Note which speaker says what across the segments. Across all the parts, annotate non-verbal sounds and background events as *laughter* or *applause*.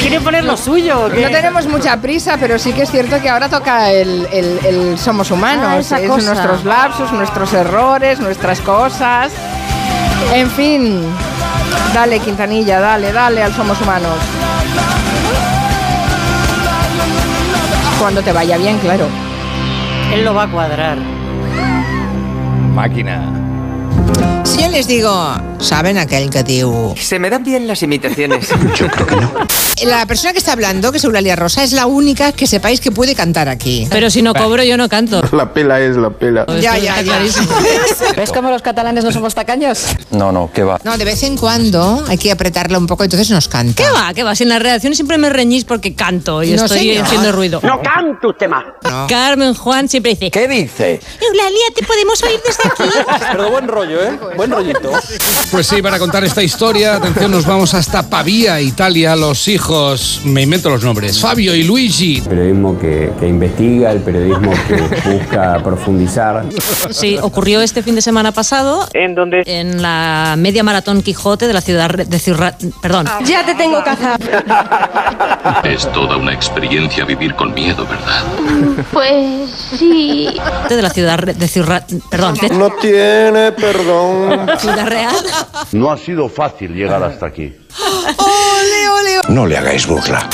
Speaker 1: ¿Quiere poner lo suyo? o qué?
Speaker 2: No tenemos mucha prisa, pero sí que es cierto que ahora toca el, el- el somos humanos.
Speaker 3: Ah, esa
Speaker 2: es
Speaker 3: cosa.
Speaker 2: nuestros lapsus, nuestros errores, nuestras cosas. En fin, dale Quintanilla, dale, dale al somos humanos. Cuando te vaya bien, claro.
Speaker 1: Él lo va a cuadrar.
Speaker 4: Máquina.
Speaker 5: Si yo les digo, ¿saben aquel que diu?
Speaker 6: Se me dan bien las imitaciones.
Speaker 5: La persona que está hablando, que es Eulalia Rosa, es la única que sepáis que puede cantar aquí.
Speaker 3: Pero si no cobro, yo no canto.
Speaker 7: La pela es la pela.
Speaker 5: Ya, ya, ya. *laughs*
Speaker 3: ¿Ves cómo los catalanes no somos tacaños?
Speaker 4: No, no, ¿qué va?
Speaker 5: No, de vez en cuando hay que apretarla un poco, entonces nos canta.
Speaker 3: ¿Qué va? ¿Qué va? Si en la redacción siempre me reñís porque canto y
Speaker 5: No,
Speaker 3: estoy
Speaker 5: señor.
Speaker 3: haciendo ruido.
Speaker 1: ¡No canto usted más!
Speaker 5: No.
Speaker 3: Carmen Juan siempre dice,
Speaker 4: ¿Qué dice?
Speaker 3: Eulalia, ¿te podemos oír desde aquí?
Speaker 4: Pero buen rollo, ¿eh? Buen rollito.
Speaker 8: Pues sí, para contar esta historia, atención, nos vamos hasta Pavía, Italia. Los hijos, me invento los nombres, Fabio y Luigi.
Speaker 9: El periodismo que, que investiga, el periodismo que busca profundizar.
Speaker 3: Sí, ocurrió este fin de semana pasado
Speaker 1: En donde
Speaker 3: en la media maratón Quijote de la ciudad re- de Cirra- perdón.
Speaker 5: Ah.
Speaker 2: Ya te tengo cazado.
Speaker 10: Es toda una experiencia vivir con miedo, ¿verdad?
Speaker 11: Pues sí.
Speaker 3: de la ciudad re- de Cirra- perdón, de
Speaker 7: No tiene perdón.
Speaker 3: Ciudad Real.
Speaker 10: No ha sido fácil llegar hasta aquí.
Speaker 4: No le hagáis burla.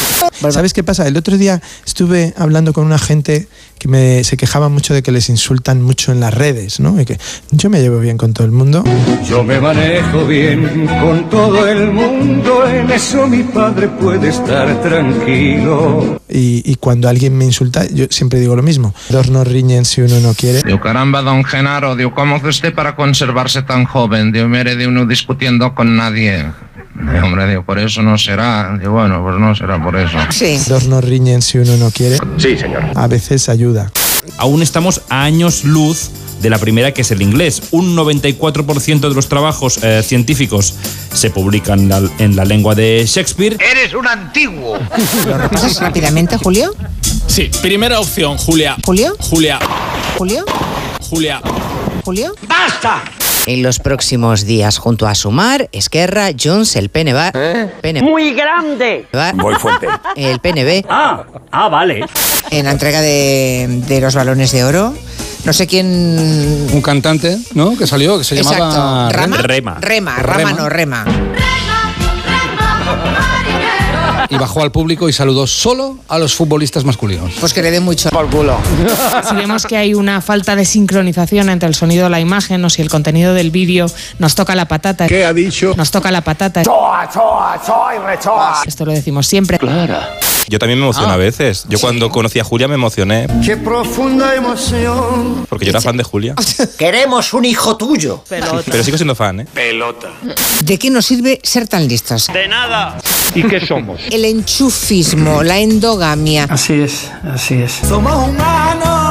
Speaker 9: ¿Sabes qué pasa? El otro día estuve hablando con una gente que me, se quejaba mucho de que les insultan mucho en las redes, ¿no? Y que yo me llevo bien con todo el mundo.
Speaker 7: Yo me manejo bien con todo el mundo, en eso mi padre puede estar tranquilo.
Speaker 9: Y, y cuando alguien me insulta, yo siempre digo lo mismo. Dos no riñen si uno no quiere.
Speaker 8: Digo, caramba, don Genaro, digo, ¿cómo hace usted para conservarse tan joven? Digo, mire, de uno discutiendo con nadie. Digo, hombre, digo, por eso no será. Digo, bueno, pues no será por eso.
Speaker 5: Sí.
Speaker 9: Dos no riñen si uno no quiere.
Speaker 10: Sí, señor.
Speaker 9: A veces ayuda.
Speaker 7: Aún estamos a años luz de la primera que es el inglés. Un 94% de los trabajos eh, científicos se publican la- en la lengua de Shakespeare.
Speaker 4: ¡Eres un antiguo!
Speaker 5: ¿Lo repasas rápidamente, Julio?
Speaker 8: Sí, primera opción, Julia.
Speaker 5: ¿Julio?
Speaker 8: Julia,
Speaker 5: ¿Julio?
Speaker 8: Julia.
Speaker 5: ¿Julio? ¡Basta! En los próximos días, junto a Sumar, Esquerra, Junts, el PNB... PNB
Speaker 1: ¡Muy grande!
Speaker 4: Voy fuerte.
Speaker 5: el PNB...
Speaker 6: ah, ah, vale.
Speaker 5: En la entrega de, de los balones de oro, no sé quién...
Speaker 8: Un cantante, ¿no? Que salió, que se
Speaker 5: Exacto.
Speaker 8: llamaba.
Speaker 5: ¿Rama?
Speaker 7: Rema.
Speaker 5: Rema, Rama
Speaker 8: Rema.
Speaker 5: no, Rema.
Speaker 8: Y bajó al público y saludó solo a los futbolistas masculinos.
Speaker 5: Pues que le dé mucho.
Speaker 3: Si vemos que hay una falta de sincronización entre el sonido de la imagen o si el contenido del vídeo nos toca la patata. ¿Qué ha dicho? Nos toca la patata. Esto lo decimos siempre.
Speaker 7: Yo también me
Speaker 6: Ah.
Speaker 7: emociono a veces. Yo cuando conocí a Julia me emocioné.
Speaker 9: Qué profunda emoción.
Speaker 7: Porque yo era fan de Julia.
Speaker 6: *laughs* Queremos un hijo tuyo.
Speaker 7: Pero sigo siendo fan, ¿eh?
Speaker 5: ¿De qué nos sirve ser tan listos?
Speaker 1: ¡De nada!
Speaker 4: ¿Y qué somos?
Speaker 5: El enchufismo, la endogamia.
Speaker 6: Así es, así es.
Speaker 7: Somos humanos.